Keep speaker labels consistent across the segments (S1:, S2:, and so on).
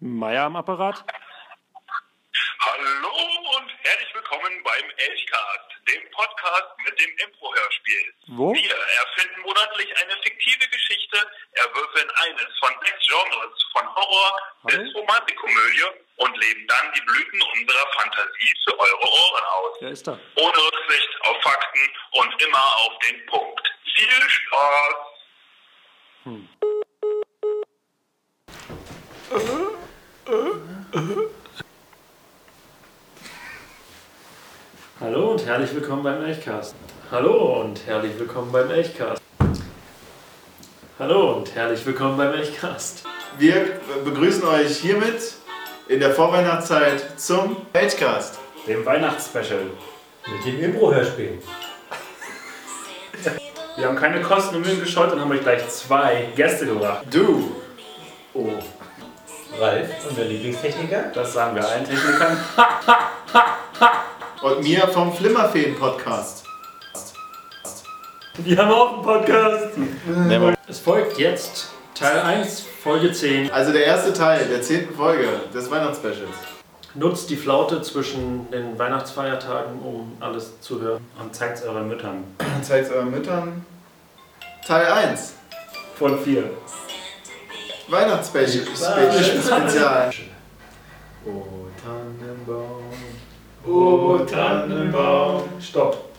S1: Meier am Apparat.
S2: Hallo und herzlich willkommen beim Elchcast, dem Podcast mit dem Impro-Hörspiel.
S1: Wo?
S2: Wir erfinden monatlich eine fiktive Geschichte, erwürfeln eines von sechs Genres, von Horror bis
S1: Hallo?
S2: Romantikkomödie und leben dann die Blüten unserer Fantasie für eure Ohren aus.
S1: Der ist da.
S2: Ohne Rücksicht auf Fakten und immer auf den Punkt. Viel Spaß!
S1: Hallo und herzlich willkommen beim Elchcast. Hallo und herzlich willkommen beim Elchcast. Hallo und herzlich willkommen beim Elchcast.
S3: Wir begrüßen euch hiermit in der Vorweihnachtszeit zum Weltcast.
S4: dem Weihnachtsspecial.
S5: Mit dem Impro-Hörspiel.
S4: Wir haben keine Kosten und Mühen gescheut und haben euch gleich zwei Gäste gebracht.
S3: Du,
S5: Ralf, unser Lieblingstechniker.
S4: Das sagen wir allen Technikern.
S3: und mir vom Flimmerfeen-Podcast.
S1: Wir haben auch einen Podcast. Es folgt jetzt Teil 1, Folge 10.
S3: Also der erste Teil der zehnten Folge des Weihnachtsspecials.
S1: Nutzt die Flaute zwischen den Weihnachtsfeiertagen, um alles zu hören.
S4: Und zeigt's euren Müttern.
S3: Und zeigt euren Müttern Teil 1.
S4: Von vier.
S3: Weihnachtsspecial. Special- Spezial. Oh Tannenbaum. Oh Tannenbaum.
S4: Stopp.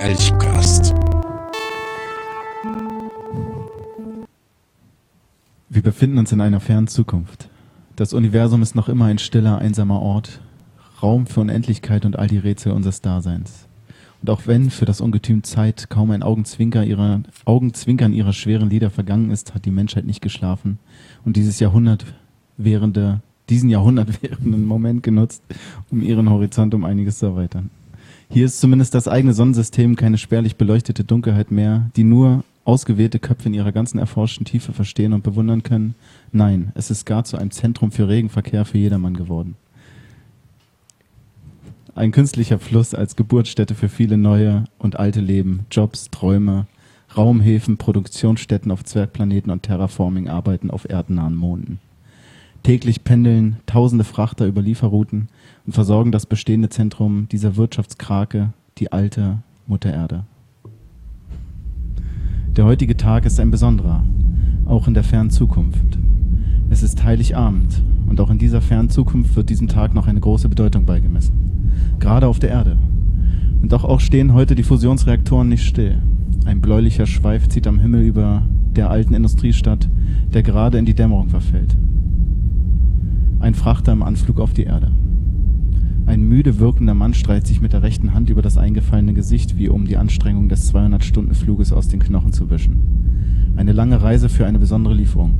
S6: Elchcast.
S7: Wir befinden uns in einer fernen Zukunft. Das Universum ist noch immer ein stiller, einsamer Ort, Raum für Unendlichkeit und all die Rätsel unseres Daseins. Und auch wenn für das Ungetüm Zeit kaum ein Augenzwinker ihrer, Augenzwinkern ihrer schweren Lieder vergangen ist, hat die Menschheit nicht geschlafen und dieses Jahrhundert währende, diesen Jahrhundert währenden Moment genutzt, um ihren Horizont um einiges zu erweitern. Hier ist zumindest das eigene Sonnensystem keine spärlich beleuchtete Dunkelheit mehr, die nur ausgewählte Köpfe in ihrer ganzen erforschten Tiefe verstehen und bewundern können. Nein, es ist gar zu einem Zentrum für Regenverkehr für jedermann geworden. Ein künstlicher Fluss als Geburtsstätte für viele neue und alte Leben, Jobs, Träume, Raumhäfen, Produktionsstätten auf Zwergplaneten und Terraforming-Arbeiten auf erdnahen Monden. Täglich pendeln tausende Frachter über Lieferrouten und versorgen das bestehende Zentrum dieser Wirtschaftskrake, die alte Mutter Erde. Der heutige Tag ist ein besonderer, auch in der fernen Zukunft. Es ist Heiligabend und auch in dieser fernen Zukunft wird diesem Tag noch eine große Bedeutung beigemessen. Gerade auf der Erde. Und doch auch stehen heute die Fusionsreaktoren nicht still. Ein bläulicher Schweif zieht am Himmel über der alten Industriestadt, der gerade in die Dämmerung verfällt. Ein Frachter im Anflug auf die Erde. Ein müde wirkender Mann streicht sich mit der rechten Hand über das eingefallene Gesicht, wie um die Anstrengung des 200-Stunden-Fluges aus den Knochen zu wischen. Eine lange Reise für eine besondere Lieferung.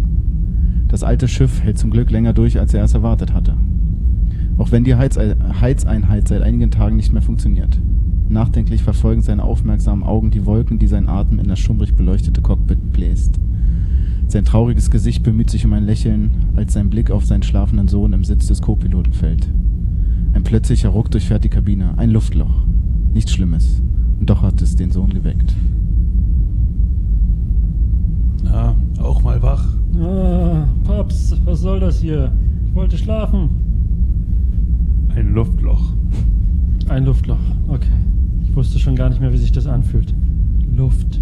S7: Das alte Schiff hält zum Glück länger durch, als er es erwartet hatte. Auch wenn die Heizei- Heizeinheit seit einigen Tagen nicht mehr funktioniert. Nachdenklich verfolgen seine aufmerksamen Augen die Wolken, die sein Atem in das schummrig beleuchtete Cockpit bläst. Sein trauriges Gesicht bemüht sich um ein Lächeln, als sein Blick auf seinen schlafenden Sohn im Sitz des Co-Piloten fällt. Ein plötzlicher Ruck durchfährt die Kabine. Ein Luftloch. Nichts Schlimmes. Und doch hat es den Sohn geweckt.
S6: Na, auch mal wach.
S1: Ah, Paps, was soll das hier? Ich wollte schlafen.
S6: Ein Luftloch.
S1: Ein Luftloch. Okay. Ich wusste schon gar nicht mehr, wie sich das anfühlt. Luft.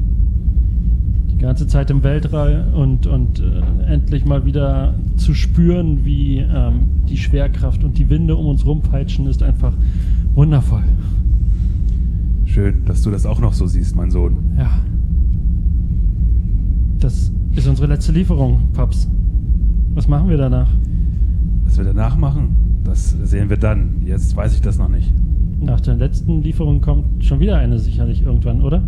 S1: Die ganze Zeit im Weltall und, und äh, endlich mal wieder zu spüren, wie ähm, die Schwerkraft und die Winde um uns rumpeitschen, ist einfach wundervoll.
S6: Schön, dass du das auch noch so siehst, mein Sohn.
S1: Ja. Das ist unsere letzte Lieferung, Paps. Was machen wir danach?
S6: Was wir danach machen, das sehen wir dann. Jetzt weiß ich das noch nicht.
S1: Nach der letzten Lieferung kommt schon wieder eine sicherlich irgendwann, oder?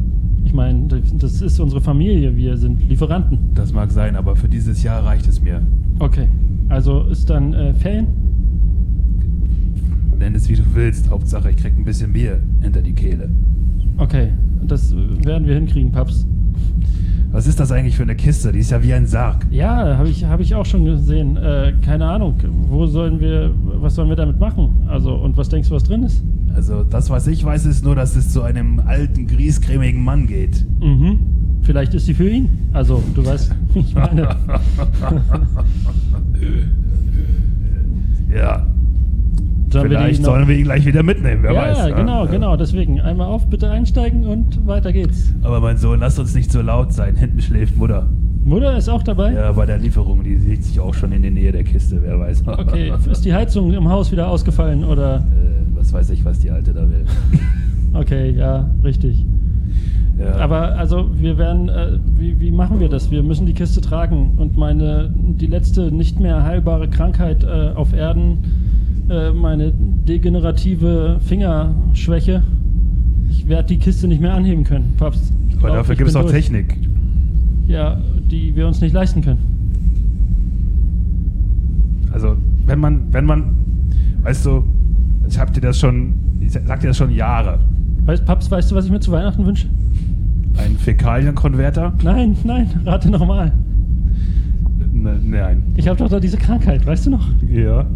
S1: Ich meine, das- das ist unsere Familie, wir sind Lieferanten.
S6: Das mag sein, aber für dieses Jahr reicht es mir.
S1: Okay, also ist dann äh, Ferien?
S6: Nenn es wie du willst. Hauptsache, ich krieg ein bisschen Bier hinter die Kehle.
S1: Okay, das äh, werden wir hinkriegen, Paps.
S6: Was ist das eigentlich für eine Kiste? Die ist ja wie ein Sarg.
S1: Ja, habe ich, hab ich auch schon gesehen. Äh, keine Ahnung, wo sollen wir, was sollen wir damit machen? Also, und was denkst du, was drin ist?
S6: Also, das, was ich weiß, ist nur, dass es zu einem alten, griesgrämigen Mann geht.
S1: Mhm. Vielleicht ist sie für ihn. Also, du weißt, wie ich meine.
S6: ja,
S1: Sollen wir die
S6: vielleicht
S1: noch-
S6: sollen wir ihn gleich wieder mitnehmen, wer
S1: ja,
S6: weiß. ne?
S1: genau,
S6: Ja.
S1: genau. Deswegen einmal auf, bitte einsteigen und weiter geht's.
S6: Aber mein Sohn, lass uns nicht so laut sein. Hinten schläft Mutter.
S1: Mutter ist auch dabei?
S6: Ja, bei der Lieferung, die sieht sich auch schon in der Nähe der Kiste, wer weiß.
S1: Okay, ist die Heizung im Haus wieder ausgefallen oder?
S6: Äh, was weiß ich, was die Alte da will.
S1: Okay, ja, richtig.
S6: Ja.
S1: Aber also, wir werden, äh, wie, wie machen wir das? Wir müssen die Kiste tragen und meine, die letzte nicht mehr heilbare Krankheit äh, auf Erden, äh, meine degenerative Fingerschwäche, ich werde die Kiste nicht mehr anheben können, Papst.
S6: Aber
S1: Glaub,
S6: dafür
S1: ich
S6: gibt es
S1: bin
S6: auch
S1: durch.
S6: Technik.
S1: Ja, die wir uns nicht leisten können.
S6: Also, wenn man, wenn man, weißt du, ich hab dir das schon, ich sag dir das schon Jahre.
S1: Weißt, Papst, weißt du, was ich mir zu Weihnachten wünsche?
S6: Ein Fäkalienkonverter?
S1: Nein, nein, rate nochmal.
S6: Ne- Nein.
S1: Ich habe doch da diese Krankheit, weißt du noch?
S6: Ja.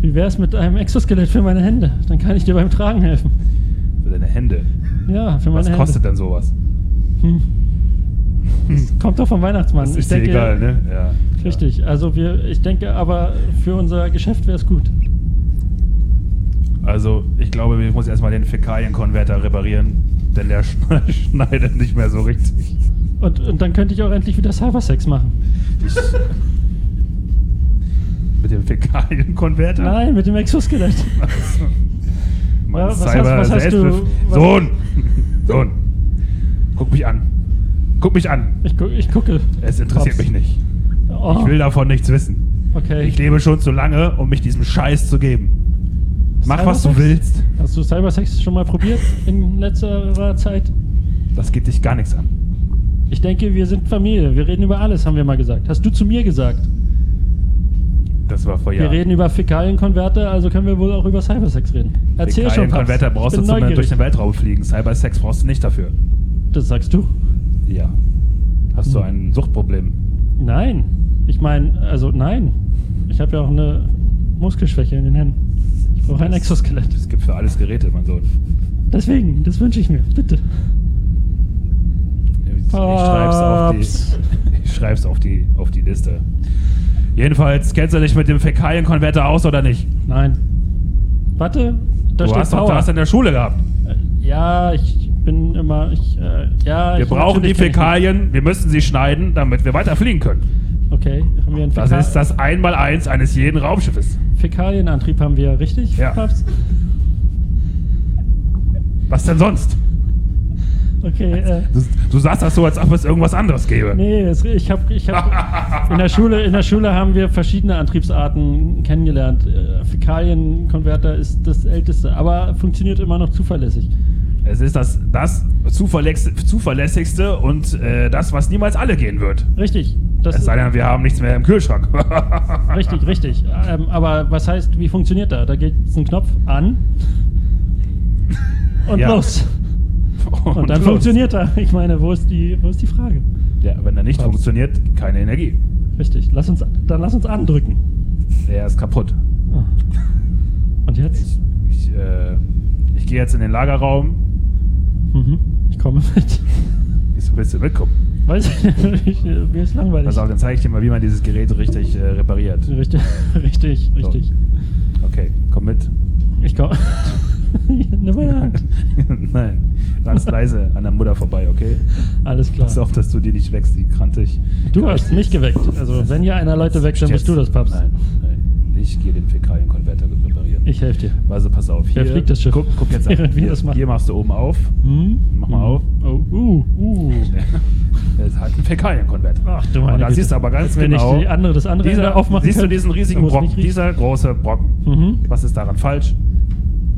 S1: Wie wär's mit einem Exoskelett für meine Hände? Dann kann ich dir beim Tragen helfen.
S6: Für deine Hände.
S1: Ja, für meine
S6: Was
S1: Hände.
S6: kostet denn sowas?
S1: Hm. Das kommt doch vom Weihnachtsmann.
S6: Das
S1: Ich
S6: ist dir
S1: denke-
S6: egal, ne? Ja.
S1: Richtig, also wir, ich denke aber für unser Geschäft wäre es gut.
S6: Also, ich glaube, ich muss erstmal den Fäkalienkonverter reparieren, denn der schne- schneidet nicht mehr so richtig.
S1: Und, und dann könnte ich auch endlich wieder Cybersex machen.
S6: Ich, mit dem Fäkalienkonverter?
S1: Nein, mit dem Exoskelett.
S6: Also, mein
S1: Was hast-
S6: Cyber
S1: was hast du-
S6: Selbstbef-
S1: was-
S6: Sohn! Sohn! Guck mich an. Guck mich an.
S1: Ich, gu ich gucke.
S6: Es interessiert
S1: Ups.
S6: mich nicht.
S1: Oh,
S6: Ich will davon nichts wissen.
S1: Okay.
S6: Ich lebe schon zu lange, um mich diesem Scheiß zu geben. Mach, was du
S1: Cybersex?
S6: willst.
S1: Hast du Cybersex schon mal probiert in letzterer Zeit?
S6: Das geht dich gar nichts an.
S1: Ich denke, wir sind Familie. Wir reden über alles, haben wir mal gesagt. Hast du zu mir gesagt?
S6: Das war vor
S1: Wir
S6: Jahren.
S1: reden über Fäkalienkonverter, also können wir wohl auch über Cybersex reden. Erzähl schon, Papst.
S6: Konverter brauchst
S1: ich bin
S6: du zum
S1: neugierig.
S6: durch den Weltraum fliegen. Cybersex brauchst du nicht dafür.
S1: Das sagst du?
S6: Ja. Hast
S1: Hm.
S6: du ein Suchtproblem?
S1: Nein. Ich meine, also nein. Ich habe ja auch eine Muskelschwäche in den Händen. Ich brauche ein Exoskelett.
S6: Es gibt für alles Geräte, mein Sohn.
S1: Deswegen, das wünsche ich mir. Bitte.
S6: Ich schreib's auf
S1: Paps.
S6: die, ich schreib's auf die, auf die Liste. Jedenfalls, kennst du dich mit dem Fäkalienkonverter aus oder nicht?
S1: Nein. Warte, da
S6: du
S1: steht
S6: hast doch
S1: Power.
S6: das in der Schule gehabt.
S1: ja, ich bin immer. Ich, äh, ja,
S6: Wir
S1: ich,
S6: brauchen die
S1: natürlich kenn ich
S6: Fäkalien, wir müssen sie schneiden, damit wir weiter fliegen können.
S1: die. Okay, haben wir einen
S6: Das
S1: Fäkal
S6: ist das Einmaleins eines jeden Raumschiffes.
S1: Fäkalienantrieb haben wir, richtig?
S6: Ja.
S1: Papst?
S6: Was denn sonst?
S1: Okay, äh.
S6: Du, du sagst das so, als ob es irgendwas anderes gäbe.
S1: Nee, es, ich habe ich hab, in, der Schule, in der Schule haben wir verschiedene Antriebsarten kennengelernt. Äh, Fäkalienkonverter ist das älteste, aber funktioniert immer noch zuverlässig.
S6: Es ist das, das zuverlässigste, zuverlässigste und äh, das, was niemals alle gehen wird.
S1: Richtig. Das
S6: Es sei denn, wir haben nichts mehr im Kühlschrank.
S1: richtig, richtig. Ähm, aber was heißt, wie funktioniert da? Da geht ein Knopf an und
S6: Ja.
S1: los. Und, dann
S6: los.
S1: funktioniert er. Ich meine, wo ist die, wo ist die Frage?
S6: Ja, wenn er nicht
S1: Ups.
S6: funktioniert, keine Energie.
S1: Richtig. Lass uns, dann lass uns andrücken.
S6: Er ist kaputt.
S1: Ah. Und jetzt?
S6: Ich, ich, äh, ich gehe jetzt in den Lagerraum.
S1: Mhm. Ich komme mit.
S6: Wieso willst du mitkommen?
S1: Weiß ich nicht, mir ist langweilig.
S6: Pass auf, dann zeige ich dir mal, wie man dieses Gerät richtig äh, repariert.
S1: Richtig, richtig, richtig.
S6: Okay, komm mit.
S1: Ich komme. Nimm meine Hand.
S6: Nein, ganz leise an der Mutter vorbei, okay?
S1: Alles klar.
S6: Pass auf, dass du die nicht wächst, die krantig.
S1: Du hast mich geweckt. Also, wenn hier einer Leute weckt, dann bist du das, Papst.
S6: Nein, nein. Ich gehe den Fäkalienkonverter reparieren.
S1: Ich helfe dir.
S6: Also pass auf, hier.
S1: Wer fliegt das Schiff?
S6: Guck, guck jetzt an.
S1: Während wir das machen.
S6: Hier machst du oben auf.
S1: Hm?
S6: Mach mal auf.
S1: Oh, uh, uh.
S6: Es hat einen Fäkalienkonverter.
S1: Ach du meine
S6: halt Und dann
S1: Güte.
S6: siehst du aber ganz
S1: Jetzt, wenn ich
S6: genau.
S1: die andere- das andere
S6: dieser,
S1: Ende aufmachen
S6: siehst du
S1: kann,
S6: diesen riesigen
S1: muss ich
S6: Brocken,
S1: nicht riechen.
S6: dieser große Brocken.
S1: Mhm.
S6: Was ist daran falsch?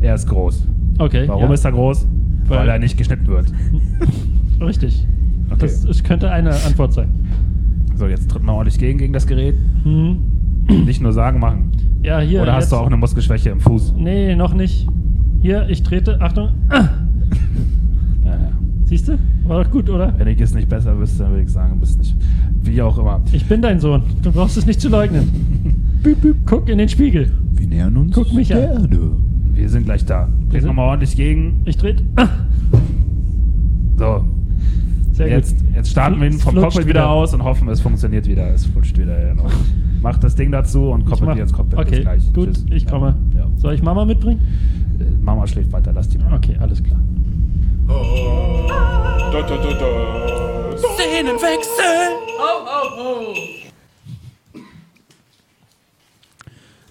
S6: Er ist groß.
S1: Okay.
S6: Warum
S1: ja.
S6: ist er groß? Weil,
S1: Weil-
S6: er nicht geschnitten wird.
S1: Richtig.
S6: Okay.
S1: Das, es könnte eine Antwort sein.
S6: So, jetzt tritt mal ordentlich gegen, gegen das Gerät.
S1: Hm.
S6: Nicht nur sagen, machen.
S1: Ja, hier.
S6: Oder hast
S1: jetzt.
S6: du auch eine Muskelschwäche im Fuß?
S1: Nee, noch nicht. Hier, ich trete. Achtung. Ah,
S6: Ja, ja.
S1: siehst du? War doch gut, oder?
S6: Wenn ich es nicht besser wüsste, dann würde ich sagen, du bist nicht. Wie auch immer.
S1: Ich bin dein Sohn. Du brauchst es nicht zu leugnen. Büb, büb, guck in den Spiegel.
S7: Wir nähern uns
S1: Guck mich
S7: der
S1: an.
S7: Erde.
S6: Wir sind gleich da. Tritt
S1: sind-
S6: nochmal ordentlich gegen.
S1: Ich trete. Ah,
S6: So,
S1: sehr
S6: jetzt,
S1: gut.
S6: jetzt starten wir ihn
S1: Es
S6: vom
S1: flutscht
S6: Cockpit wieder
S1: wieder.
S6: aus und hoffen, es funktioniert wieder. Es flutscht wieder. Genau. Mach das Ding dazu und
S1: Ich
S6: koppelt
S1: mach-
S6: dir ins Cockpit.
S1: Okay,
S6: Bis gleich.
S1: gut,
S6: Tschüss.
S1: ich komme.
S6: Ja.
S1: Soll ich Mama mitbringen?
S6: Äh, Mama schläft weiter, lass die mal.
S1: Okay, alles klar.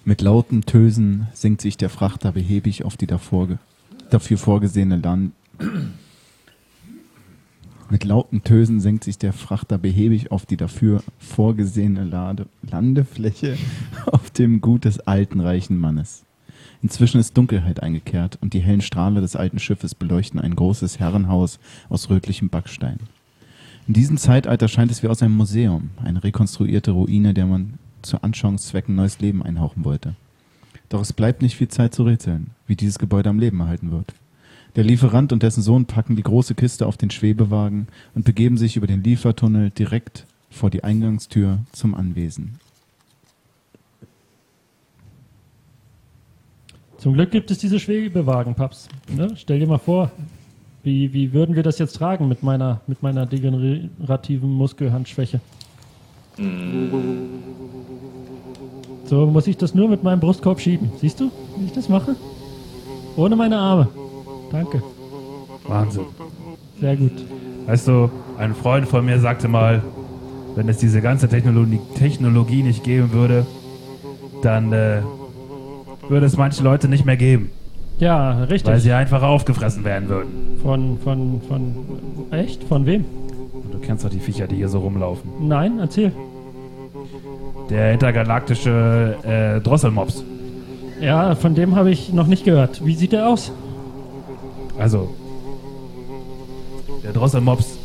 S7: Mit lauten Tösen sinkt sich der Frachter behäbig auf die davor, ge- dafür vorgesehene Land. Mit lauten Tösen senkt sich der Frachter behäbig auf die dafür vorgesehene Lade Landefläche auf dem Gut des alten reichen Mannes. Inzwischen ist Dunkelheit eingekehrt und die hellen Strahle des alten Schiffes beleuchten ein großes Herrenhaus aus rötlichem Backstein. In diesem Zeitalter scheint es wie aus einem Museum, eine rekonstruierte Ruine, der man zu Anschauungszwecken neues Leben einhauchen wollte. Doch es bleibt nicht viel Zeit zu rätseln, wie dieses Gebäude am Leben erhalten wird. Der Lieferant und dessen Sohn packen die große Kiste auf den Schwebewagen und begeben sich über den Liefertunnel direkt vor die Eingangstür zum Anwesen.
S1: Zum Glück gibt es diese Schwebewagen, Paps. Ne? Stell dir mal vor, wie, wie würden wir das jetzt tragen mit meiner, mit meiner degenerativen Muskelhandschwäche? So muss ich das nur mit meinem Brustkorb schieben. Siehst du, wie ich das mache? Ohne meine Arme. Danke.
S6: Wahnsinn.
S1: Sehr gut.
S6: Weißt du, ein Freund von mir sagte mal, wenn es diese ganze Technologie, Technologie nicht geben würde, dann äh, würde es manche Leute nicht mehr geben,
S1: Ja, richtig.
S6: weil sie einfach aufgefressen werden würden.
S1: Von, von, von. Echt? Von wem?
S6: Und du kennst doch die Viecher, die hier so rumlaufen.
S1: Nein, erzähl.
S6: Der intergalaktische äh, Drosselmops.
S1: Ja, von dem habe ich noch nicht gehört. Wie sieht er aus?
S6: Also, der Drosselmops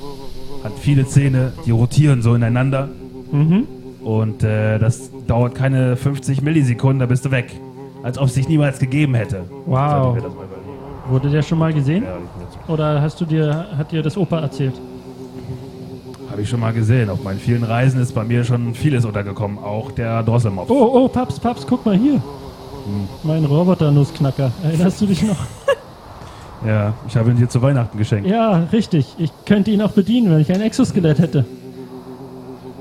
S6: hat viele Zähne, die rotieren so ineinander.
S1: Mhm.
S6: Und äh, das dauert keine 50 Millisekunden, da bist du weg. Als ob es dich niemals gegeben hätte.
S1: Wow.
S6: Sollte ich mir das mal überlegen.
S1: Wurde der schon mal gesehen?
S6: Ja, hab ich mir jetzt-
S1: Oder hast du dir, hat dir das Opa erzählt?
S6: Habe ich schon mal gesehen. Auf meinen vielen Reisen ist bei mir schon vieles untergekommen. Auch der Drosselmops.
S1: Oh, oh, Paps, Paps, guck mal hier.
S6: Hm.
S1: Mein Roboter-Nussknacker. Erinnerst du dich noch?
S6: Ja, ich habe ihn dir zu Weihnachten geschenkt.
S1: Ja, richtig. Ich könnte ihn auch bedienen, wenn ich ein Exoskelett hätte.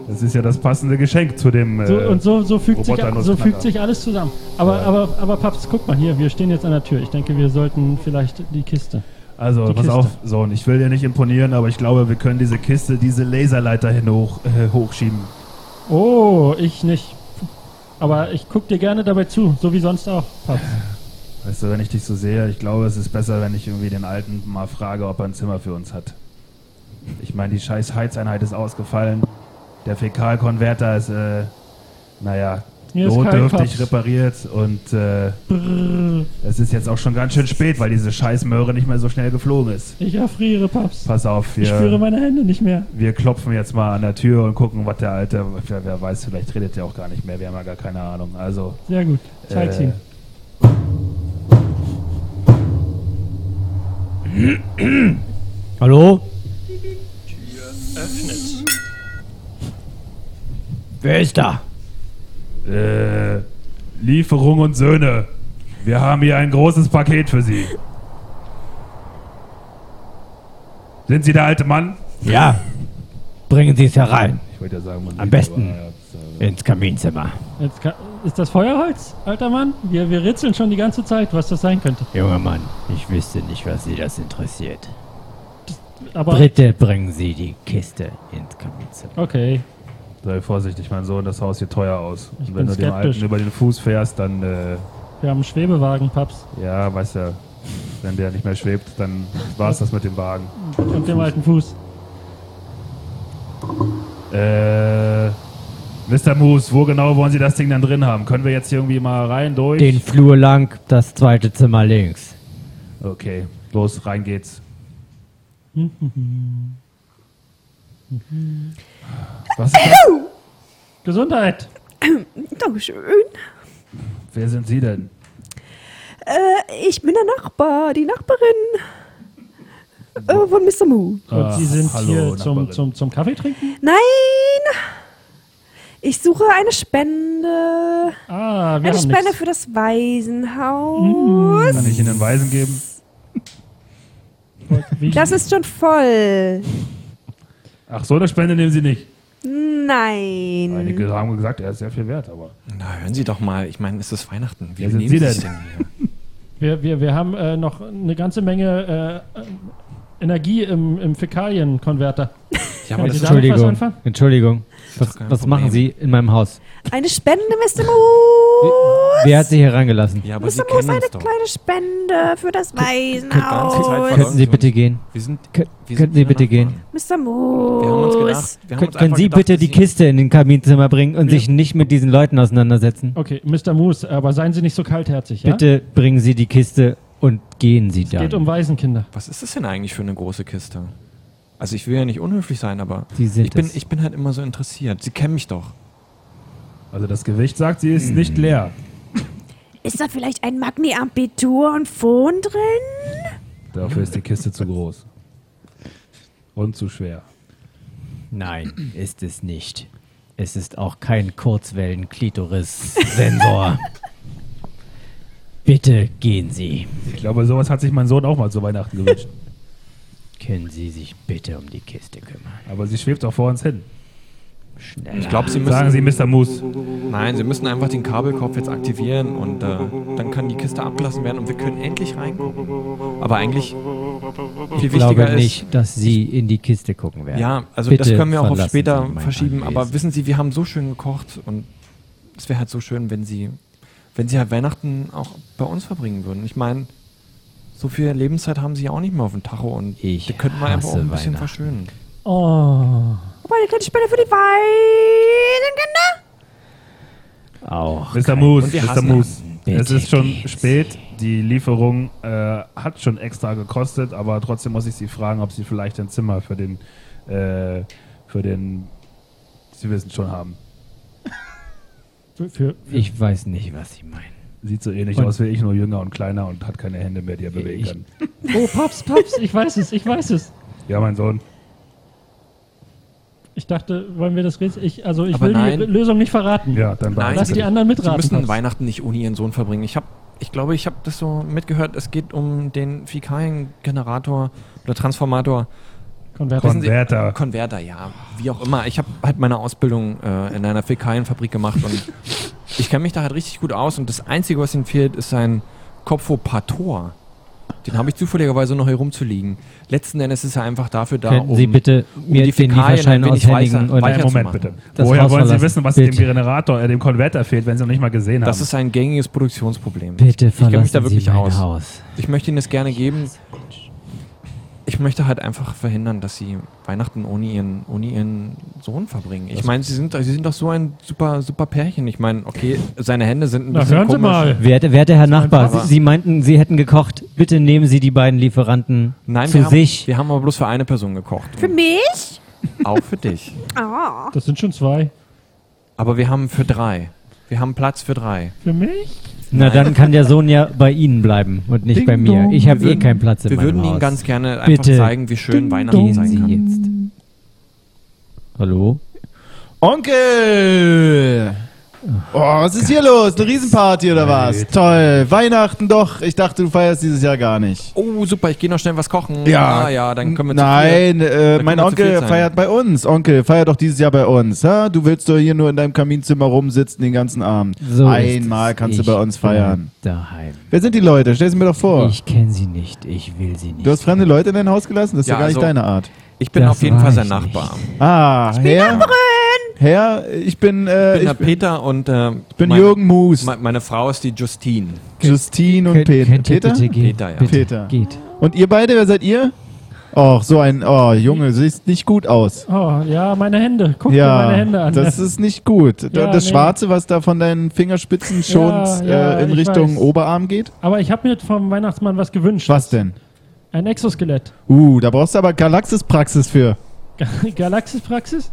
S6: Das ist ja das passende Geschenk zu dem.
S1: So,
S6: äh,
S1: und so, so, fügt sich, so
S6: Roboter-Nussknacker.
S1: fügt sich alles zusammen. Aber,
S6: Ja.
S1: aber, aber, Paps, guck mal hier. Wir stehen jetzt an der Tür. Ich denke, wir sollten vielleicht die Kiste.
S6: also,
S1: die
S6: pass
S1: Kiste.
S6: auf, Sohn. Ich will dir nicht imponieren, aber ich glaube, wir können diese Kiste, diese Laserleiter hin hoch, äh, hochschieben.
S1: Oh, ich nicht. Aber ich guck dir gerne dabei zu, so wie sonst auch, Paps.
S6: Weißt du, wenn ich dich so sehe, ich glaube, es ist besser, wenn ich irgendwie den Alten mal frage, ob er ein Zimmer für uns hat. Ich meine, die scheiß Heizeinheit ist ausgefallen. Der Fäkalkonverter ist, äh, naja,
S1: Hier ist
S6: notdürftig
S1: kein Platz.
S6: repariert und äh, es ist jetzt auch schon ganz schön spät, weil diese scheiß Möhre nicht mehr so schnell geflogen ist.
S1: Ich erfriere, Paps.
S6: Pass auf,
S1: Ich führe
S6: wir,
S1: meine Hände nicht mehr.
S6: wir klopfen jetzt mal an der Tür und gucken, was der Alte, wer, wer weiß, vielleicht redet der auch gar nicht mehr, wir haben ja gar keine Ahnung. Also,
S1: Sehr gut. Zeig's
S6: Äh,
S1: ihm.
S8: Hallo? Wer ist da?
S6: Äh, Lieferung und Söhne. Wir haben hier ein großes Paket für Sie. Sind Sie der alte Mann?
S8: Ja. Bringen Sie es herein
S6: Ich wollte ja sagen, man
S8: Am besten.
S6: äh,
S8: ins Kaminzimmer.
S1: Jetzt ka- ist das Feuerholz, alter Mann? Wir, wir ritzeln schon die ganze Zeit, was das sein könnte.
S8: Junger Mann, ich wüsste nicht, was Sie das interessiert.
S1: Aber
S8: Bitte bringen Sie die Kiste ins Kaminzimmer.
S1: okay,
S6: Sei vorsichtig, mein Sohn, das Haus sieht teuer aus.
S1: Ich
S6: Und
S1: bin
S6: wenn du dem
S1: skeptisch.
S6: Alten über den Fuß fährst, dann, äh,
S1: wir haben einen Schwebewagen, Paps,
S6: ja, weißt du, wenn der nicht mehr schwebt, dann war's das mit dem Wagen.
S1: und dem alten Fuß.
S6: Äh, Mr. Moose, wo genau wollen Sie das Ding dann drin haben? Können wir jetzt hier irgendwie mal rein, durch?
S8: Den Flur lang, das zweite Zimmer links.
S6: Okay, los, rein geht's. Was ist das?
S1: Gesundheit!
S9: Dankeschön.
S6: Wer sind Sie denn?
S9: Äh, ich bin der Nachbar, die Nachbarin äh, von Mr. Moo.
S1: Und Sie sind
S6: Ah, hallo,
S1: hier zum,
S6: Nachbarin.
S1: zum, zum Kaffee trinken?
S9: Nein! Ich suche eine Spende.
S1: Ah, wir
S9: Eine
S1: haben
S9: Spende
S1: nichts.
S9: für das Waisenhaus.
S10: Hm,
S6: Kann ich Ihnen Weisen geben?
S1: Wie-
S9: Das ist schon voll.
S6: Ach, so eine Spende nehmen Sie nicht.
S9: Nein.
S6: Einige haben gesagt, er ist sehr viel wert, aber.
S10: Mhm. Na, hören Sie doch mal. Ich meine, es ist Weihnachten. Wie
S6: Wer sind
S10: benehmen
S6: Sie
S10: sich
S6: denn?
S10: hier?
S1: Wir, wir, wir haben äh, noch eine ganze Menge äh, Energie im, im Fäkalienkonverter.
S10: Ja, aber
S1: Sie
S10: das ist schon
S1: sagen-
S8: Äh, Entschuldigung,
S1: was anfangen?
S8: Entschuldigung.
S10: doch
S8: Was,
S10: kein
S8: was machen Sie
S10: Problem.
S8: in meinem Haus?
S9: Eine Spende, Mr. Moos.
S8: Wer hat Sie hier reingelassen?
S10: ja, aber Sie
S9: Mr. Moos,
S10: kennen
S9: eine
S10: uns doch.
S9: kleine Spende für das
S10: Zeit
S9: Waisenhaus.
S8: Könnten Sie
S10: Versorgen Sie
S8: bitte
S10: uns.
S8: gehen?
S10: Wir sind,
S8: Kö-
S10: wir
S8: Könnten
S10: sind
S8: Sie
S10: Ihre
S8: bitte gehen?
S10: Nachbarn. Wir
S9: Mr.
S10: haben uns gedacht, wir haben
S9: Moos.
S8: Kön
S10: uns
S8: können
S10: einfach
S8: Sie
S10: gedacht,
S8: bitte
S10: dass
S8: die Kiste in den Kaminzimmer bringen und sich nicht mit diesen Leuten auseinandersetzen?
S1: Okay, Mr. Moose, aber seien Sie nicht so kaltherzig, ja?
S8: Bitte bringen Sie die Kiste und gehen Sie
S1: Geht
S8: dann.
S1: um Waisenkinder.
S10: Was ist das denn eigentlich für eine große Kiste? Also ich will ja nicht unhöflich sein, aber
S8: Sie sind
S10: ich, bin,
S8: es.
S10: ich bin halt immer so interessiert. Sie kennen mich doch.
S6: Also das Gewicht sagt, sie ist
S10: Mhm.
S6: nicht leer.
S9: Ist da vielleicht ein Magni-Ampitur und Phon drin?
S6: Dafür ist die Kiste zu groß. Und zu schwer.
S8: Nein, ist es nicht. Es ist auch kein Kurzwellen-Klitoris-Sensor. bitte gehen Sie.
S6: Ich glaube, sowas hat sich mein Sohn auch mal zu Weihnachten gewünscht.
S8: Können Sie sich bitte um die Kiste kümmern?
S6: Aber sie schwebt doch vor uns hin.
S8: Schneller.
S10: Ich glaube, Sie müssen.
S6: Sagen Sie, Mr. Moose.
S10: Nein, Sie müssen einfach den Kabelkopf jetzt aktivieren und äh, dann kann die Kiste abgelassen werden und wir können endlich reingucken. Aber eigentlich viel
S8: ich glaube
S10: wichtiger ist.
S8: nicht, dass Sie in die Kiste gucken werden.
S10: Ja, also das
S8: Bitte
S10: können wir auch auf
S8: verlassen
S10: später
S8: Sie mein
S10: verschieben. Aber
S8: Anwesen.
S10: wissen Sie, wir haben so schön gekocht und es wäre halt so schön, wenn Sie, wenn Sie halt Weihnachten auch bei uns verbringen würden. Ich meine, so viel Lebenszeit haben Sie ja auch nicht mehr auf dem Tacho und
S8: Ich
S10: da könnten wir einfach auch ein
S8: hasse
S10: bisschen
S8: Weihnachten.
S10: verschönen.
S1: Oh.
S9: Oh, eine kleine Spende für die Waisenkinder?
S8: auch.
S6: Mr.
S8: kein-
S6: Moose,
S10: Und wir
S6: Mr.
S10: hassen
S6: Moose.
S8: ihn.
S6: Es ist
S8: Bitte
S6: schon
S8: geht's.
S6: spät. Die Lieferung äh, hat schon extra gekostet, aber trotzdem muss ich Sie fragen, ob Sie vielleicht ein Zimmer für den, äh, für den, Sie wissen schon haben.
S1: Für, für,
S8: Ich weiß nicht, was Sie meinen.
S6: Sieht so ähnlich
S1: Und-
S6: aus wie ich, nur jünger und kleiner und hat keine Hände mehr, die er bewegen
S8: Ich-
S6: kann.
S1: oh, Paps, Paps, ich weiß es, ich weiß es.
S6: Ja, mein Sohn.
S1: Ich dachte, wollen wir das Rätsel? Ich, also ich
S10: Aber
S1: will
S10: nein.
S1: die Lösung nicht verraten.
S6: Ja, dann
S10: Nein,
S1: Lass
S10: Sie-
S1: die anderen
S10: Sie
S1: mitraten.
S10: müssen
S1: Paps.
S10: Weihnachten nicht ohne Ihren Sohn verbringen. Ich habe, ich glaube, ich habe das so mitgehört. Es geht um den Fäkaliengenerator oder Transformator.
S1: Konverter.
S10: Wissen Sie-
S6: Konverter.
S10: Konverter, ja. Wie auch immer. Ich habe halt meine Ausbildung äh, in einer Fäkalienfabrik gemacht und ich kenne mich da halt richtig gut aus und das Einzige, was ihm fehlt, ist sein Kopfopator. Den habe ich zufälligerweise noch hier rumzuliegen. Letzten Endes ist er einfach dafür da, um
S8: Könnten Sie bitte mir
S10: die
S8: den
S10: Fäkalien
S8: Lieferschein
S10: ein wenig
S8: aushändigen
S10: weicher-
S8: und
S10: weicher-
S6: Moment
S10: zu
S6: bitte.
S10: machen.
S8: Das
S6: Woher wollen
S8: Haus
S6: Sie
S8: verlassen.
S6: wissen, was
S8: Bitte.
S6: dem Generator, äh, dem Konverter fehlt, wenn Sie noch nicht mal gesehen haben?
S10: das ist ein gängiges Produktionsproblem.
S8: bitte
S10: ich kenne mich da
S8: verlassen
S10: wirklich
S8: Sie mein
S10: aus.
S8: Haus.
S10: Ich möchte Ihnen das gerne geben. Ich möchte halt einfach verhindern, dass Sie Weihnachten ohne Ihren, ohne ihren Sohn verbringen. Ich meine, Sie sind, Sie sind doch so ein super, super Pärchen. Ich meine, okay, seine Hände sind ein
S1: Na,
S10: bisschen
S1: hören Sie
S10: komisch.
S1: mal.
S8: Werte, werte Herr Nachbar,
S10: Papa.
S8: Sie, Sie meinten, Sie hätten gekocht. Bitte nehmen Sie die beiden Lieferanten
S10: Nein,
S8: zu
S10: wir Haben,
S8: sich.
S10: wir haben aber bloß für eine Person gekocht.
S9: Für mich?
S10: Auch für dich.
S9: Ah.
S1: Das sind schon zwei.
S10: Aber wir haben für drei. Wir haben Platz für drei.
S1: Für mich?
S8: Na, dann kann der Sohn ja bei Ihnen bleiben und nicht bei mir. Ich habe eh keinen Platz in
S10: Wir
S8: meinem
S10: würden
S8: Haus.
S10: Ihnen ganz gerne einfach
S8: Bitte.
S10: zeigen, wie schön Weihnachten
S8: Gehen
S10: sein
S8: Sie
S10: kann.
S8: jetzt. Hallo?
S3: Onkel! Oh, was ist hier los? Eine Riesenparty oder was? Toll. Weihnachten doch. Ich dachte, du feierst dieses Jahr gar nicht.
S10: Oh, super, ich gehe noch schnell was kochen. Ah, ja, dann können wir zu viert.
S3: Nein, äh,
S10: können
S3: mein
S10: wir zu viert
S3: Onkel
S10: sein.
S3: feiert bei uns. Onkel, feier doch dieses Jahr bei uns. Ha? Du willst doch hier nur in deinem Kaminzimmer rumsitzen den ganzen Abend.
S8: So ist
S3: Einmal
S8: es.
S3: kannst du
S8: Ich
S3: bei uns feiern. Oh.
S8: bin Daheim.
S3: Wer sind die Leute? Stell sie mir doch vor.
S8: Ich kenne sie nicht. Ich will sie nicht.
S3: Du hast fremde Leute in dein Haus gelassen? Das ist ja,
S10: Ja,
S3: gar nicht
S10: also-
S3: deine Art.
S10: Ich bin
S8: Das
S10: auf jeden
S8: war
S10: Fall sein
S8: ich
S10: Nachbar.
S3: Ah, Herr. Herr, ich
S10: Ich bin
S3: bin, äh,
S10: der
S3: ich bin,
S10: Peter und äh,
S3: ich bin
S10: mein-
S3: Jürgen Moos.
S10: me- meine Frau ist die Justine.
S3: Justine und
S8: Könnt-
S3: Peter.
S8: Könnt ihr
S3: Peter?
S8: bitte gehen?
S10: Peter, ja.
S8: Bitte,
S3: Peter.
S8: Geht.
S3: Und ihr beide, wer seid ihr? Och, so ein. Oh, Junge, siehst nicht gut aus.
S1: Oh, ja, meine Hände. Guck dir
S3: Ja,
S1: meine Hände an.
S3: das ist nicht gut.
S1: Ja,
S3: das
S1: nee.
S3: Schwarze, was da von deinen Fingerspitzen schon
S1: Ja, ja,
S3: äh, in
S1: ich
S3: Richtung
S1: weiß.
S3: Oberarm geht?
S1: Aber ich habe mir vom Weihnachtsmann was gewünscht.
S3: Was denn?
S1: Ein Exoskelett.
S3: Uh, da brauchst du aber Galaxis-Praxis für.
S1: Galaxis-Praxis?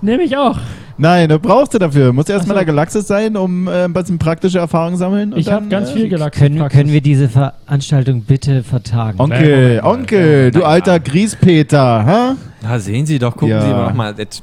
S1: Nehme ich auch.
S3: Nein, du brauchst du dafür. Musst erst mal der Galaxis sein, um äh, ein bisschen praktische Erfahrung sammeln. und
S1: Ich habe
S3: dann,
S1: ganz
S3: äh,
S1: viel Galaxis.
S8: Können, können wir diese Veranstaltung bitte vertagen?
S3: äh, Onkel, Onkel, du alter Griespeter, hä?
S10: Na, sehen Sie doch, gucken
S3: Ja.
S10: Sie mal doch mal. Jetzt,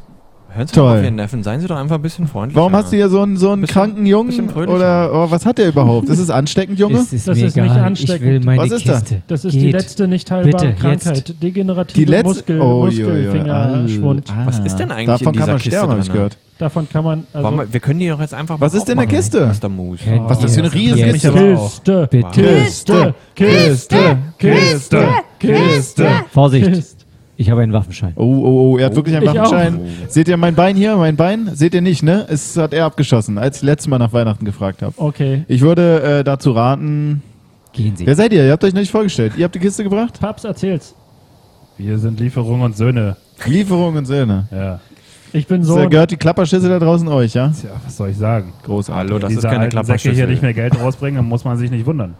S10: hören Sie
S3: Toll.
S10: doch auf Ihren Neffen, seien Sie doch einfach ein bisschen freundlich.
S3: Warum hast du hier so einen, so einen
S10: Bisschen-
S3: kranken
S10: bisschen
S3: Jungen?
S10: fröhlicher.
S3: Oder oh, was hat der überhaupt? Ist es ansteckend, Junge?
S8: Es ist
S1: Das
S8: mir
S1: ist nicht
S8: egal.
S1: ansteckend.
S8: Ich will meine
S3: Was ist das?
S8: Kiste.
S1: Das ist
S8: Geht.
S1: die letzte nicht heilbare
S8: Bitte,
S1: Krankheit. Degenerative
S3: Die letzte.
S1: Muskel,
S3: Oh, jo, jo,
S1: Muskelfingerschwund.
S3: ah,
S10: Was ist denn eigentlich
S3: Davon
S10: in dieser
S3: kann man
S10: Kiste
S3: sterben, habe ich
S10: drin? ne?
S3: gehört.
S1: Davon kann man.
S10: Wollen
S1: Also
S10: wir, wir können die doch jetzt einfach
S3: Was ist denn in
S10: ne?
S3: der Kiste?
S10: Mr. Moose.
S8: Könnt
S3: Was ist das für eine
S8: ihr
S3: riesige
S8: jetzt
S3: Kiste?
S1: Kiste,
S8: Bitte.
S1: Kiste, Kiste, Kiste, Kiste,
S8: Vorsicht,
S1: Kiste.
S8: ich habe einen Waffenschein.
S3: Oh, oh, oh, er hat wirklich einen
S1: Ich auch.
S3: Waffenschein. Seht ihr mein Bein hier, mein Bein? Seht ihr nicht, ne? Es hat er abgeschossen, als ich letztes Mal nach Weihnachten gefragt habe.
S1: Okay.
S3: Ich würde äh, dazu raten.
S8: Gehen Sie.
S3: Wer seid ihr? Ihr habt euch noch nicht vorgestellt. Ihr habt die Kiste gebracht?
S1: Paps, erzähl's.
S6: Wir sind Lieferung und Söhne.
S3: Lieferung und Söhne.
S6: Ja.
S1: Ich bin
S3: So,
S1: so.
S3: gehört die Klapperschüssel da draußen euch, ja?
S6: Tja, was soll ich sagen?
S3: Großartig.
S10: Hallo, das
S6: Diese
S10: ist keine
S6: alten Säcke hier
S10: Klapperschüssel.
S6: nicht mehr Geld rausbringen, dann muss man sich nicht wundern.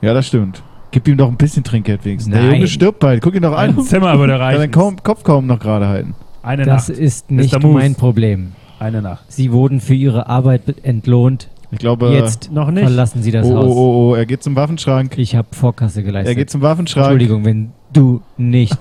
S3: Ja, das stimmt. Gib ihm doch ein bisschen Trinkgeld wenigstens. Der
S8: Nein.
S3: Junge stirbt bald. Guck ihn doch an.
S6: Ein Zimmer würde
S3: Kann
S6: reichen.
S3: den Kaum, Kopf kaum noch gerade halten.
S6: Eine
S8: Das
S6: Nacht.
S8: ist nicht
S6: Mr. Moose.
S8: mein Problem.
S6: Eine Nacht.
S8: Sie wurden für Ihre Arbeit be- entlohnt.
S3: Ich glaube.
S8: Jetzt
S1: noch nicht.
S8: verlassen Sie das
S3: Äh. Oh,
S8: Haus.
S3: oh, oh, oh, er geht zum Waffenschrank.
S8: Ich habe Vorkasse geleistet.
S3: Er geht zum Waffenschrank.
S8: Entschuldigung, wenn du nicht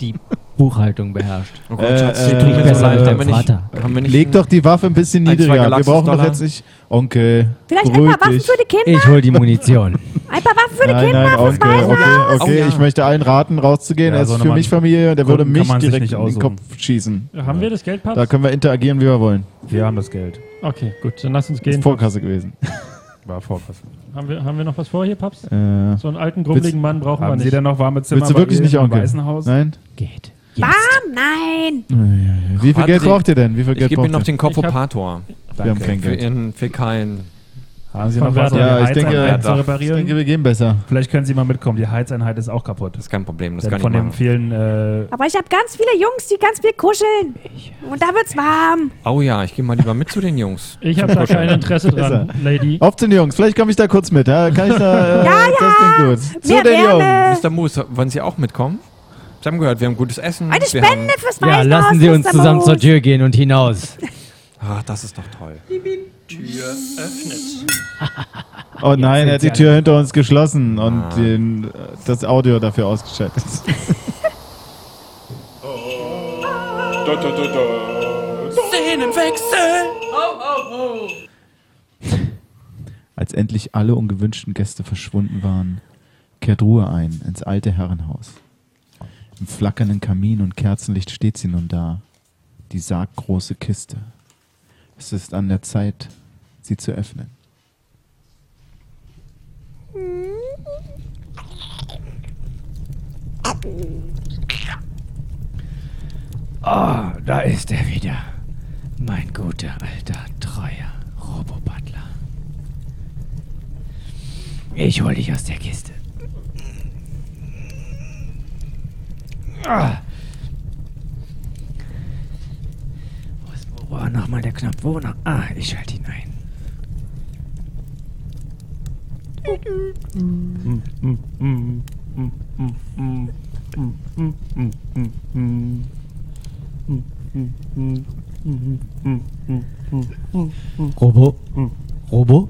S8: die Buchhaltung beherrschst.
S10: Oh
S3: Äh,
S10: Gott, Schatz,
S3: äh,
S10: tut mir
S3: besser
S10: so leid,
S3: als
S10: haben wir
S8: dein
S10: nicht-
S8: Vater.
S10: haben wir nicht-
S3: Leg doch die Waffe ein bisschen
S10: Ein, zwei
S3: niedriger. Wir brauchen doch
S10: Galaxis-Dollar.
S3: jetzt nicht. Onkel.
S9: Vielleicht ein
S3: beruhig
S9: paar Waffen
S3: dich.
S9: für die Kinder?
S8: Ich hole die Munition.
S9: Ein paar Waffen für die
S3: Nein,
S9: Kinder?
S3: nein,
S9: das
S3: Onkel.
S9: weiß
S3: Okay,
S9: er.
S3: okay,
S10: Oh, ja.
S3: ich möchte allen raten, rauszugehen.
S6: Ja,
S3: er ist
S6: so eine
S3: für
S6: Mann-
S3: mich Familie. Der würde
S6: Gucken kann
S3: mich
S6: man sich
S3: direkt
S6: nicht
S3: in den
S6: aussuchen.
S3: Kopf schießen.
S1: Haben wir das Geld, Paps?
S3: Da können wir interagieren, wie wir wollen.
S6: Wir haben das Geld.
S1: Okay, gut, dann lass uns
S3: Ist
S1: gehen.
S3: Vorkasse gewesen.
S6: War Vorkasse.
S1: Haben wir, haben wir noch was vor hier, Paps?
S3: Äh,
S1: So einen alten, grummeligen Mann brauchen wir
S6: Haben Sie
S1: nicht.
S6: denn noch warme Zimmer?
S3: willst du
S6: bei
S3: wirklich
S6: Ihnen
S3: nicht,
S6: im
S3: Onkel?
S6: Waisenhaus?
S3: Nein?
S8: Geht.
S9: Bam, nein.
S3: Wie viel
S10: Warte,
S3: Geld
S10: Sie-
S3: braucht ihr denn? Wie viel
S10: Ich
S3: Geld
S10: gebe
S3: braucht
S10: Ihnen noch
S3: ihr?
S10: den Kopfopator
S3: Wir haben
S6: Danke.
S3: kein
S10: für
S3: Geld.
S10: Ihren fäkalen.
S6: Haben Sie
S1: Von
S6: noch was
S1: Werder.
S6: um die
S3: Ja, ich denke-
S6: Heizeinheit zu
S10: Werder.
S3: Ich denke,
S6: reparieren?
S3: wir gehen besser.
S6: Vielleicht können Sie mal mitkommen. Die Heizeinheit ist auch kaputt.
S10: Das ist kein Problem, das
S6: Denn
S10: kann ich
S6: von den
S10: machen.
S6: vielen äh,
S9: Aber ich habe ganz viele Jungs, die ganz viel kuscheln. Und da wird's warm.
S10: Oh ja, ich gehe mal lieber mit zu den Jungs.
S1: Ich habe da kein Interesse dran, Lady.
S3: Auf zu den Jungs, vielleicht komme ich da kurz mit. Ja? Kann ich da, äh,
S9: Ja,
S3: Das klingt gut. Zu
S9: Mehr
S3: den
S9: Wärme.
S10: Mr. Moose, wollen Sie auch mitkommen? Sie haben gehört, wir haben gutes Essen.
S9: Eine
S10: wir haben-
S9: Spende fürs
S8: Ja,
S9: Waisenhaus.
S8: lassen Sie uns
S9: Mr.
S8: zusammen zur
S9: Moose.
S8: Tür gehen und hinaus.
S10: Ach, das ist doch toll.
S3: Jungs. Oh nein, er hat die Tür hinter uns geschlossen und den, äh, das Audio dafür ausgeschaltet. Als endlich alle ungewünschten Gäste verschwunden waren, kehrt Ruhe ein ins alte Herrenhaus. Im flackernden Kamin und Kerzenlicht steht sie nun da, die sarggroße Kiste. Es ist an der Zeit, sie zu öffnen.
S8: Oh, da ist er wieder. Mein guter alter, treuer Robobutler. Ich hol dich aus der Kiste. Ah. Wo ist wo war nochmal der Knopf? Wo noch? Ah, ich schalte ihn ein. Robo? Robo?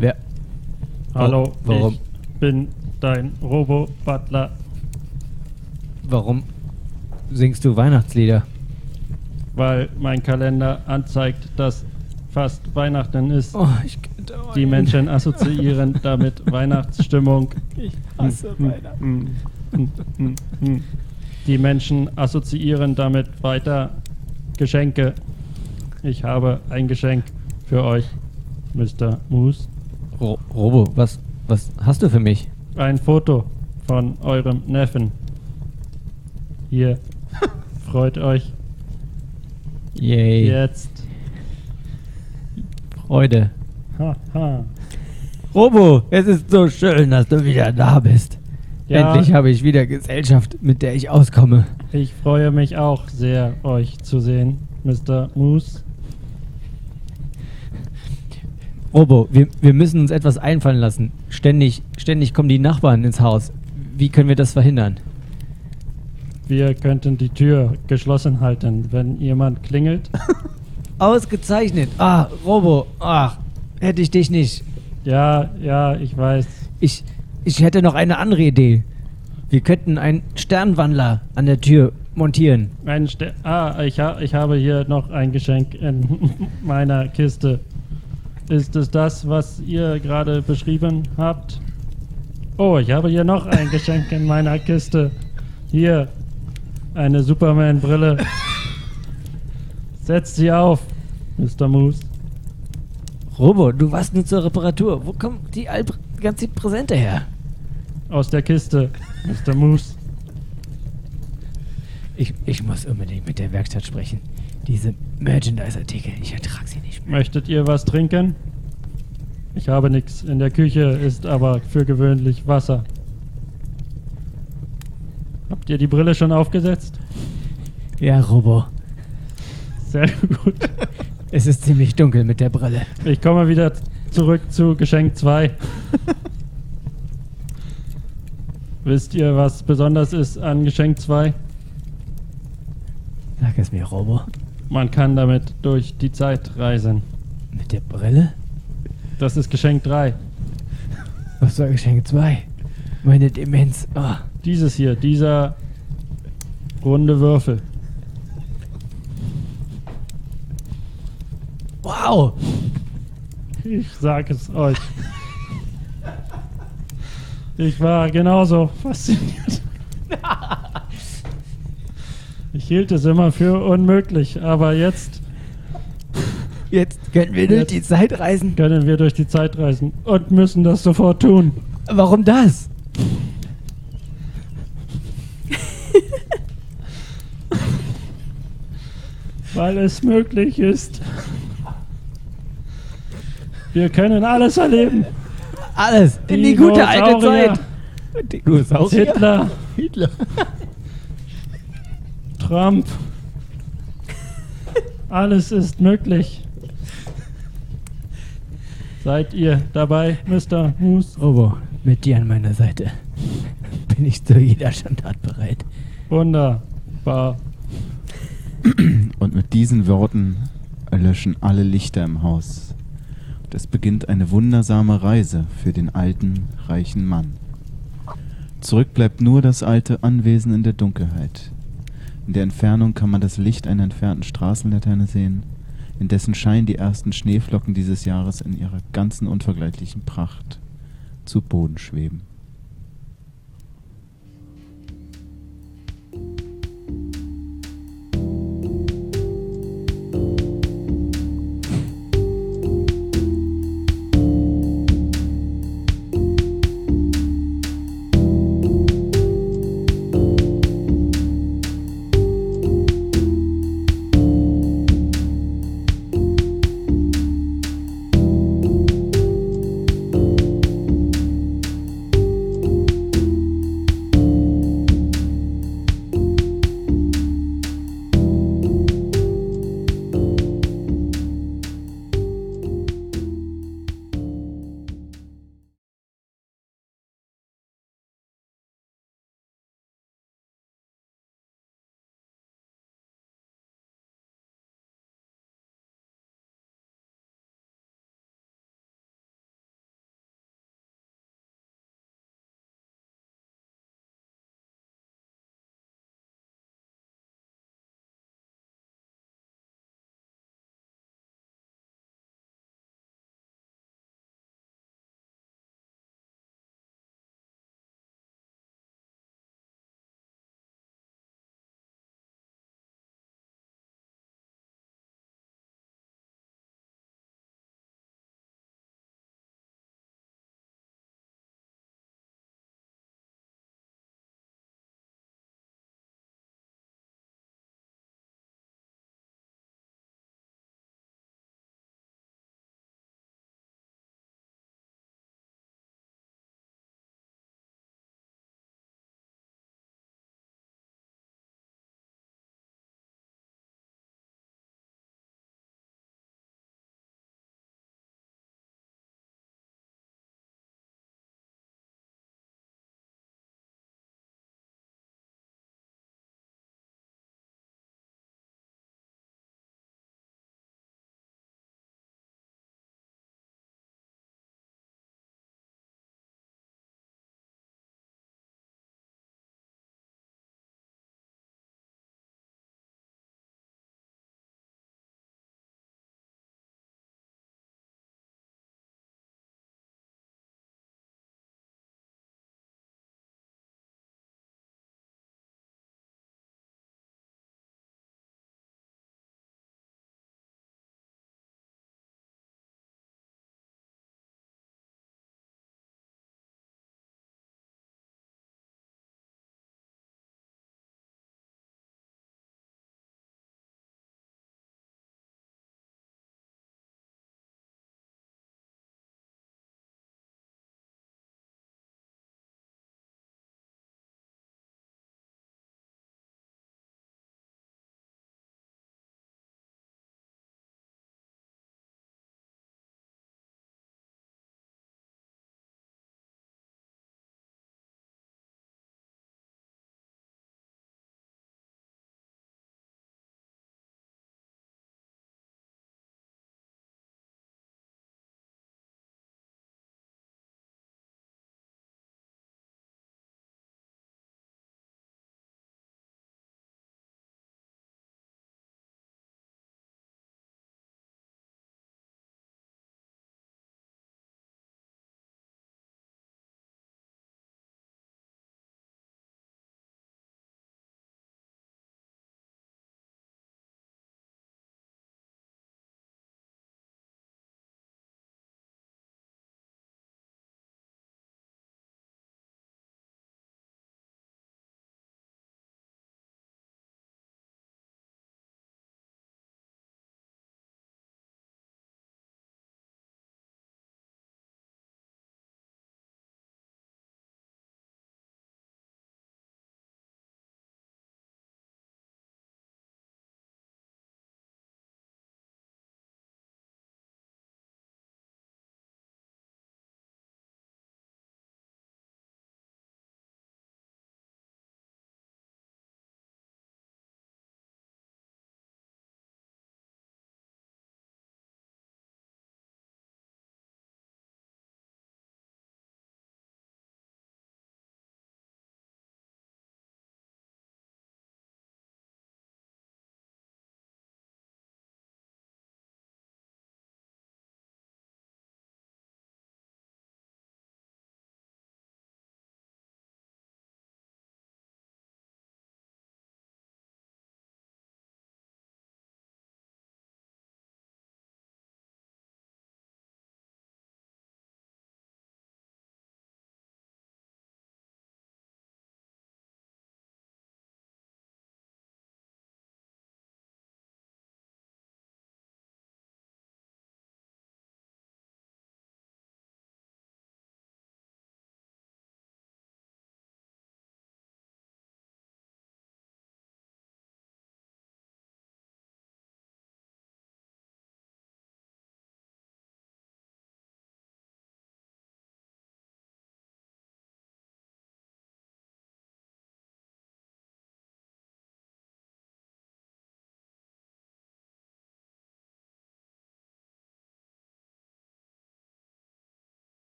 S8: Wer?
S1: Hallo,
S8: Oh, Warum?
S1: ich bin dein Robo-Butler.
S8: Warum singst du Weihnachtslieder?
S1: weil mein Kalender anzeigt, dass fast Weihnachten ist.
S8: Oh, ich
S1: Die Menschen assoziieren damit Weihnachtsstimmung. Hm,
S8: Ich hasse Weihnachten.
S1: Die Menschen assoziieren damit weiter Geschenke. Ich habe ein Geschenk für euch, Mr. Moose.
S8: Ro Robo, was, was hast du für mich?
S1: Ein Foto von eurem Neffen. Hier. Freut euch
S8: Yay.
S1: jetzt.
S8: Freude.
S1: Ha, ha.
S8: Robo, es ist so schön, dass du wieder da bist.
S1: Ja.
S8: Endlich habe ich wieder Gesellschaft, mit der ich auskomme.
S1: Ich freue mich auch sehr, euch zu sehen, Mr. Moose.
S8: Robo, wir, wir müssen uns etwas einfallen lassen. Ständig, ständig kommen die Nachbarn ins Haus. Wie können wir das verhindern?
S1: Wir könnten die Tür geschlossen halten, wenn jemand klingelt.
S8: Ausgezeichnet. Ah, Robo. Ach, hätte ich dich nicht.
S1: Ja, ja, ich weiß.
S8: Ich, ich hätte noch eine andere Idee. Wir könnten einen Sternwandler an der Tür montieren.
S1: Ein Ste ah, ich, ha ich habe hier noch ein Geschenk in meiner Kiste. Ist es das, was ihr gerade beschrieben habt? Oh, ich habe hier noch ein Geschenk in meiner Kiste. Hier, eine Superman-Brille. Setzt sie auf, Mr. Moose.
S8: Robo, du warst nur zur Reparatur. Wo kommen die all- ganzen Präsente her?
S1: Aus der Kiste, Mr. Moose.
S8: Ich, ich muss unbedingt mit der Werkstatt sprechen. Diese Merchandise-Artikel, ich ertrage sie nicht mehr.
S1: Möchtet ihr was trinken? Ich habe nichts. In der Küche ist aber für gewöhnlich Wasser. Habt ihr die Brille schon aufgesetzt?
S8: Ja, Robo,
S1: Sehr gut.
S8: es ist ziemlich dunkel mit der Brille.
S1: Ich komme wieder zurück zu Geschenk 2. Wisst ihr, was besonders ist an Geschenk 2?
S8: Sag es mir, Robo.
S1: Man kann damit durch die Zeit reisen.
S8: Mit der Brille?
S1: Das ist Geschenk 3.
S8: Was war Geschenk 2? Meine Demenz. Oh.
S1: Dieses hier, dieser runde Würfel.
S8: Wow!
S1: Ich sag es euch. Ich war genauso fasziniert. Ich hielt es immer für unmöglich, aber jetzt
S8: Jetzt können wir durch
S1: Jetzt-
S8: die Zeit reisen.
S1: können wir durch die Zeit reisen und müssen das sofort tun.
S8: Warum das?
S1: Weil es möglich ist. Wir können alles erleben.
S8: Alles in die gute alte
S1: Dinosaurier.
S8: Zeit. Dinosaurier?
S1: Hitler,
S8: Hitler.
S1: Trump. Alles ist möglich. Seid ihr dabei, Mr. Moose?
S8: Robo, mit dir an meiner Seite bin ich zu jeder Standard bereit.
S1: Wunderbar.
S7: Und mit diesen Worten erlöschen alle Lichter im Haus. Und es beginnt eine wundersame Reise für den alten, reichen Mann. Zurück bleibt nur das alte Anwesen in der Dunkelheit. In der Entfernung kann man das Licht einer entfernten Straßenlaterne sehen, in dessen Schein die ersten Schneeflocken dieses Jahres in ihrer ganzen unvergleichlichen Pracht zu Boden schweben.